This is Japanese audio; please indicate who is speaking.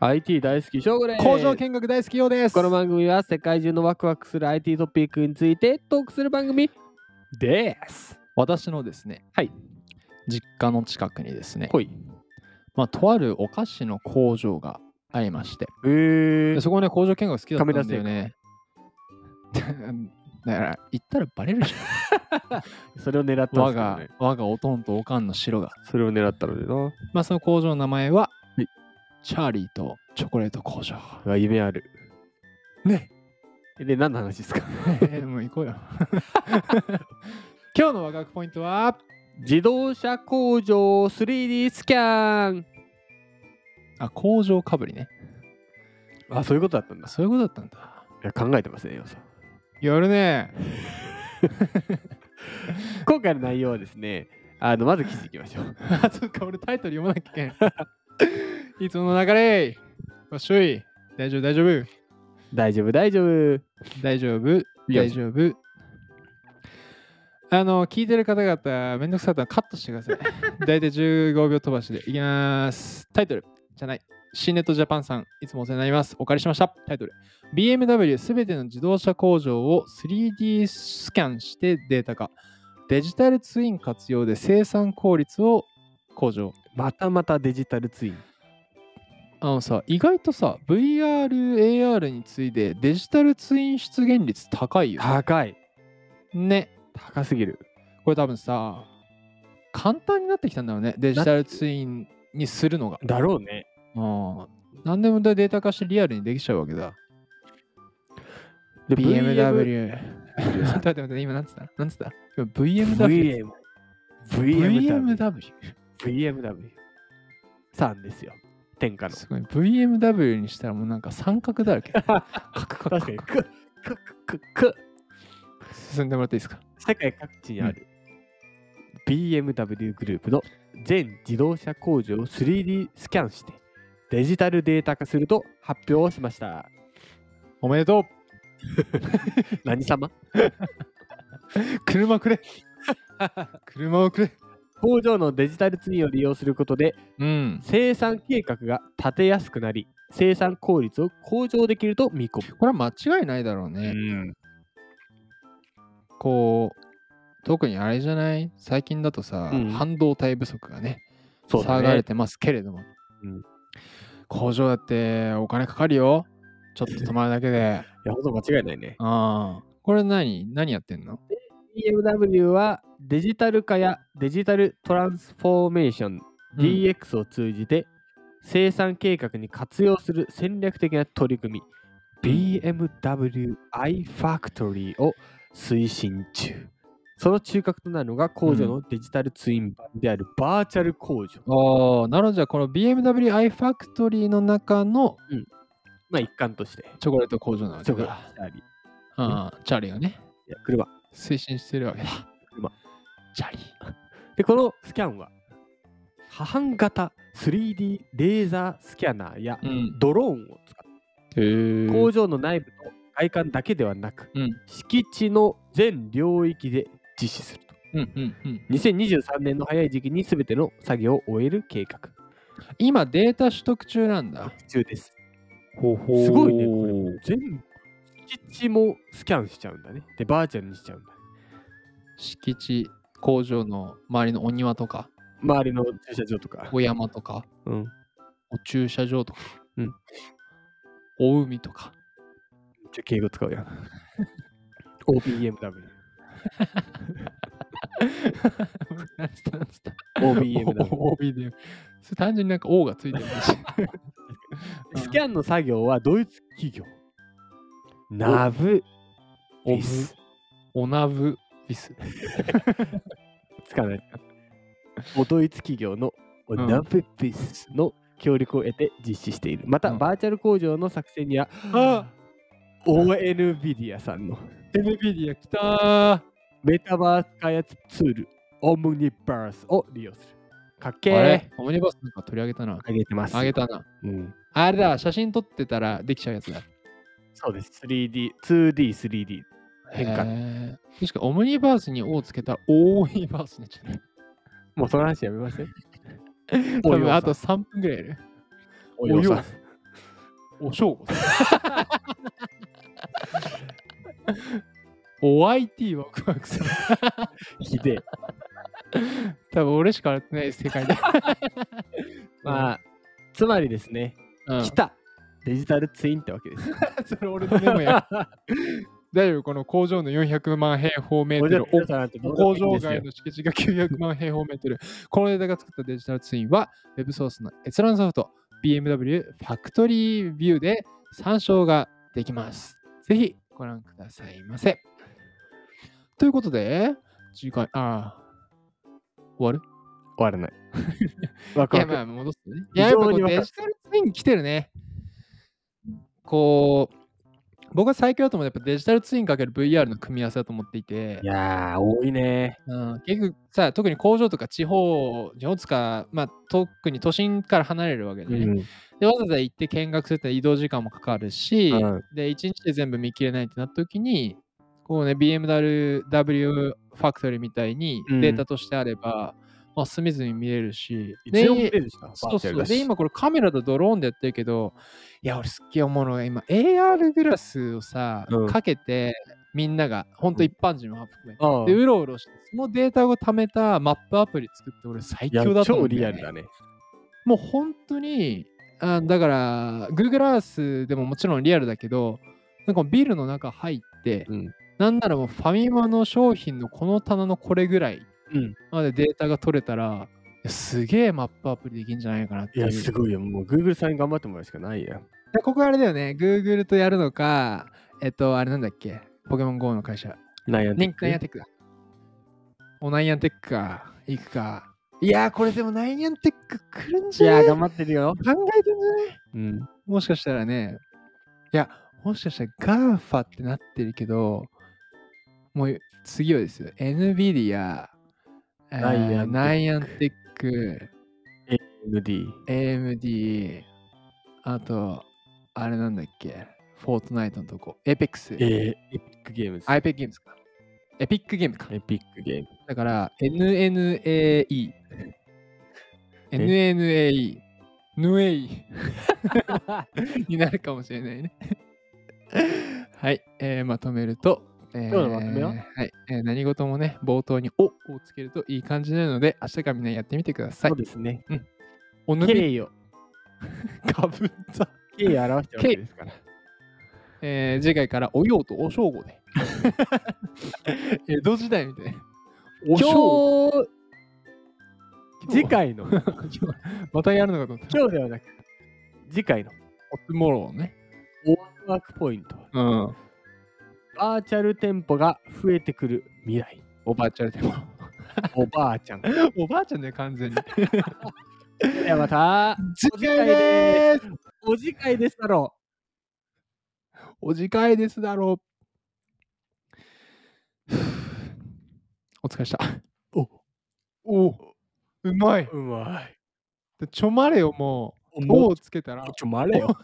Speaker 1: IT 大好き、しょうごです。
Speaker 2: 工場見学大好きようです
Speaker 1: この番組は世界中のワクワクする IT トピックについてトークする番組です。
Speaker 2: 私のですね
Speaker 1: はい
Speaker 2: 実家の近くにですね
Speaker 1: ほい。
Speaker 2: まあとあるお菓子の工場がありまして
Speaker 1: えー
Speaker 2: でそこね工場見学好きだったんだ
Speaker 1: 亀
Speaker 2: よね だから行ったらバレ るじゃ
Speaker 1: それを狙ったんです
Speaker 2: ん
Speaker 1: よ
Speaker 2: 我が
Speaker 1: ね。
Speaker 2: 我がおとんとおかんの城が
Speaker 1: それを狙ったのでな。
Speaker 2: まあその工場の名前は、
Speaker 1: はい
Speaker 2: チャーリーとチョコレート工場
Speaker 1: うわ夢ある。
Speaker 2: ね
Speaker 1: えで、何の話ですか
Speaker 2: もう行こうよ 今日のワクワクポイントは
Speaker 1: 自動車工場 3D スキャン。
Speaker 2: あ工場かぶりね
Speaker 1: あ、そういうことだったんだ。
Speaker 2: そういうことだったんだ
Speaker 1: いや考えてますね、よさん。
Speaker 2: やるね
Speaker 1: 今回の内容はですね、あのまず記事いきましょう。
Speaker 2: あそっか俺タイトル読まなきゃいけん いつもの流れよっしょい大丈夫大丈夫
Speaker 1: 大丈夫、大丈夫。
Speaker 2: 大丈夫
Speaker 1: いや
Speaker 2: 大丈夫あの聞いてる方々めんどくさかったらカットしてください 大体15秒飛ばしでいきますタイトルじゃないシーネットジャパンさんいつもお世話になりますお借りしましたタイトル BMW すべての自動車工場を 3D スキャンしてデータ化デジタルツイン活用で生産効率を向上
Speaker 1: またまたデジタルツイン。
Speaker 2: あのさ意外とさ VR、AR に次いでデジタルツイン出現率高いよね
Speaker 1: 高い。
Speaker 2: ね
Speaker 1: 高すぎる。
Speaker 2: これ多分さ簡単になってきたんだろうねデジタルツインにするのが
Speaker 1: だろうね。
Speaker 2: うん何でもデータ化してリアルにできちゃうわけだ
Speaker 1: で
Speaker 2: BMW 待って待って今何つった何つった今 BMW
Speaker 1: VM。VMW。
Speaker 2: BMW
Speaker 1: VMW。さんですよ。天下の。
Speaker 2: すごい BMW にしたらもうなんか三角 だらけカクカ
Speaker 1: 確
Speaker 2: クカ
Speaker 1: か
Speaker 2: ク
Speaker 1: に。くっくっくっくっ
Speaker 2: 進んでもらっていいですか
Speaker 1: 世界各地にある BMW グループの全自動車工場を 3D スキャンしてデジタルデータ化すると発表しました。
Speaker 2: おめでとう
Speaker 1: 何様
Speaker 2: 車く れ車をくれ
Speaker 1: 工場のデジタルツインを利用することで
Speaker 2: うん
Speaker 1: 生産計画が立てやすくなり生産効率を向上できると見込む。
Speaker 2: これは間違いないだろうね、こう特にあれじゃない最近だとさ、
Speaker 1: うん
Speaker 2: 半導体不足がね
Speaker 1: そうだ
Speaker 2: 騒がれ
Speaker 1: ね。
Speaker 2: てますけれども、
Speaker 1: うん
Speaker 2: 工場だってお金かかるよちょっと止まるだ けで
Speaker 1: いや、ほんと間違いないね。
Speaker 2: ああこれ何何やってんの
Speaker 1: BMW はデジタル化やデジタルトランスフォーメーション、
Speaker 2: うん
Speaker 1: DX を通じて生産計画に活用する戦略的な取り組み BMW iFactory を推進中その中核となるのが工場のデジタルツイン版であるバーチャル工場、
Speaker 2: ああなるほどじゃあこの BMW iFactory の中の
Speaker 1: まあ一環として
Speaker 2: チョコレート工場なわけ
Speaker 1: そこが
Speaker 2: だああチャーリーがね
Speaker 1: 車
Speaker 2: 推進してるわけだ
Speaker 1: 車
Speaker 2: チャーリー
Speaker 1: でこのスキャンは波半型 3D レーザースキャナーや
Speaker 2: うん
Speaker 1: ドローンを使って
Speaker 2: へえ
Speaker 1: 工場の内部と外観だけではなく
Speaker 2: うん
Speaker 1: 敷地の全領域で実施すると
Speaker 2: うんうんうん
Speaker 1: 2023年の早い時期に全ての作業を終える計画
Speaker 2: 今データ取得中なんだ
Speaker 1: 中です
Speaker 2: ほほ
Speaker 1: ー
Speaker 2: すごいねこれ
Speaker 1: 全部敷地もスキャンしちゃうんだねでバーチャルにしちゃうんだ
Speaker 2: 敷地工場の周りのお庭とか
Speaker 1: 周りの駐車場とか、
Speaker 2: お山とか
Speaker 1: うん、
Speaker 2: お駐車場とか、
Speaker 1: うん
Speaker 2: お海 とか
Speaker 1: ちょ敬語使うやん OBMW
Speaker 2: 何つった何つった
Speaker 1: OBMW
Speaker 2: OBM それ単純になんか O がついてるし
Speaker 1: スキャンの作業はドイツ企業ナブ
Speaker 2: オ
Speaker 1: リ
Speaker 2: ブ
Speaker 1: ス
Speaker 2: オナブビス
Speaker 1: つかない。おドイツ企業のオ
Speaker 2: ん
Speaker 1: ナブビスの協力を得て実施している。また、
Speaker 2: うん
Speaker 1: バーチャル工場の作成には、
Speaker 2: あ
Speaker 1: ONVIDIA さんの
Speaker 2: NVIDIA 来たー
Speaker 1: メタバース開発ツール、オムニバースを利用する。かっけ
Speaker 2: あ
Speaker 1: ー
Speaker 2: れオムニバスなんか取り上げたな
Speaker 1: あげてます。
Speaker 2: あげたな
Speaker 1: うん、
Speaker 2: あれだ写真撮ってたらできちゃうやつだ
Speaker 1: そうです。3D、2D、3D。変化
Speaker 2: へー確かオムニバースに O をつけたらオーニバースになっちゃう
Speaker 1: もう その話やめません
Speaker 2: 多分あと3分ぐらいいる
Speaker 1: およ
Speaker 2: およ
Speaker 1: さん。
Speaker 2: おしょうごお IT ワクワクする。
Speaker 1: ひでえ。
Speaker 2: 多分俺しか笑ってないです、世界で。
Speaker 1: まあ、つまりですね、
Speaker 2: あ、うん
Speaker 1: 来、たデジタルツインってわけですよ。
Speaker 2: それ俺のメモや。大丈夫、この工場の400万平方メートル、お工
Speaker 1: 工
Speaker 2: 場外の敷地が900万平方メートル。このデータが作ったデジタルツインは、Web ソースの閲覧ソフト、BMW ファクトリービューで参照ができます。ぜひご覧くださいませ。ということで、次回、ああ、終わる
Speaker 1: 終わらない。わ
Speaker 2: い
Speaker 1: か
Speaker 2: や、
Speaker 1: る。
Speaker 2: まあ、戻すね。
Speaker 1: 非常に
Speaker 2: いや、やっぱこう
Speaker 1: わかる
Speaker 2: デジタルツイン来てるね。こう、僕が最強だと思うのはやっぱデジタルツインかける VR の組み合わせだと思っていて
Speaker 1: い、やー、多いね。
Speaker 2: うん、結局さ、特に工場とか地方、地方つか、まあ、特に都心から離れるわけで
Speaker 1: う
Speaker 2: ね、
Speaker 1: ん。
Speaker 2: で、わざわざ行って見学するって移動時間もかかるし、で、1日で全部見切れないってなった時に、こうね、BMW ファクトリーみたいに
Speaker 1: うん
Speaker 2: データとしてあれば、まあ、隅々見れるし、
Speaker 1: いつ
Speaker 2: で
Speaker 1: でも見れるしな
Speaker 2: そ
Speaker 1: バ
Speaker 2: う
Speaker 1: ーチャ
Speaker 2: そ
Speaker 1: ル
Speaker 2: う。
Speaker 1: だし
Speaker 2: で、今これカメラとドローンでやってるけど、いや、俺すっげえ思うのが今、AR グラスをさ、
Speaker 1: うん
Speaker 2: かけて、みんなが、ほんと一般人も含めて、
Speaker 1: ああ
Speaker 2: で、うろうろして、そのデータを貯めたマップアプリ作って、俺最
Speaker 1: いや
Speaker 2: 強だと思
Speaker 1: 超
Speaker 2: うんだ
Speaker 1: リ
Speaker 2: よ
Speaker 1: ア
Speaker 2: ね
Speaker 1: ルだね。
Speaker 2: もう本当に、あだから、Google Earth でももちろんリアルだけど、なんかビルの中入って、
Speaker 1: うん
Speaker 2: なんならもうファミマの商品のこの棚のこれぐらい
Speaker 1: うん
Speaker 2: までデータが取れたら、すげえマップアプリできんじゃないかなって
Speaker 1: い
Speaker 2: いう。
Speaker 1: や、すごいよ。もう Google さんに頑張ってもらうしかないや。
Speaker 2: でここあれだよね、Google とやるのか、えっと、あれなんだっけ、ポケモン GO の会社。
Speaker 1: ナイアンテ
Speaker 2: ニ
Speaker 1: ッ
Speaker 2: ン
Speaker 1: ク
Speaker 2: ナイアンテックだ。おナイアンテックか、行くか。いやー、これでもナイアンテック来るん
Speaker 1: い
Speaker 2: じゃ
Speaker 1: や
Speaker 2: な
Speaker 1: ー、
Speaker 2: い
Speaker 1: 頑張ってるよ。
Speaker 2: 考えてんじゃない
Speaker 1: うん。
Speaker 2: もしかしたらね、いや、もしかしたら GAFA ってなってるけど、もう次はですよ、NVIDIA、えーナ
Speaker 1: ナ
Speaker 2: イ
Speaker 1: イ
Speaker 2: ア
Speaker 1: ア
Speaker 2: ン
Speaker 1: ン
Speaker 2: テック、
Speaker 1: MD。
Speaker 2: AMD、あと、あれなんだっけ、フォートナイトのとこ、APEX、
Speaker 1: えー、エピックゲームズ。
Speaker 2: あ IPEX ゲームズか。エピックゲームか。
Speaker 1: エピック ゲーム。
Speaker 2: だから、NNAE。NNAE。ヌエイになるかもしれないね。 はい、えーまとめると、えー
Speaker 1: 今日のまとめは
Speaker 2: はいえー何事もね、冒頭に「お」をつけるといい感じなので、明日からみんなやってみてください
Speaker 1: そう。ですね。
Speaker 2: おぬび
Speaker 1: 敬意を、
Speaker 2: かぶった。
Speaker 1: 敬意を表してるわけですから。
Speaker 2: えー次回からおようとお正午で。 江戸時代みたいな。お正
Speaker 1: 今
Speaker 2: 午
Speaker 1: 日、次。回の、
Speaker 2: 今日またやるのかと思った。
Speaker 1: 今日ではなく、次回の、
Speaker 2: おつもろうね。
Speaker 1: おワークポイントは、
Speaker 2: うん。
Speaker 1: バーチャル店舗が増えてくる未来。
Speaker 2: おばあちゃんでも。
Speaker 1: おばあちゃん。
Speaker 2: おばあちゃんだよ、完全に。
Speaker 1: ではまた、
Speaker 2: 次回でーす。
Speaker 1: お次回ですだろ
Speaker 2: お次回ですだろう。お疲れした。
Speaker 1: お
Speaker 2: おうまい。
Speaker 1: う。うまい。
Speaker 2: ちょまれよ、も
Speaker 1: お
Speaker 2: う。もうつけたら。
Speaker 1: ちょ、まれよ。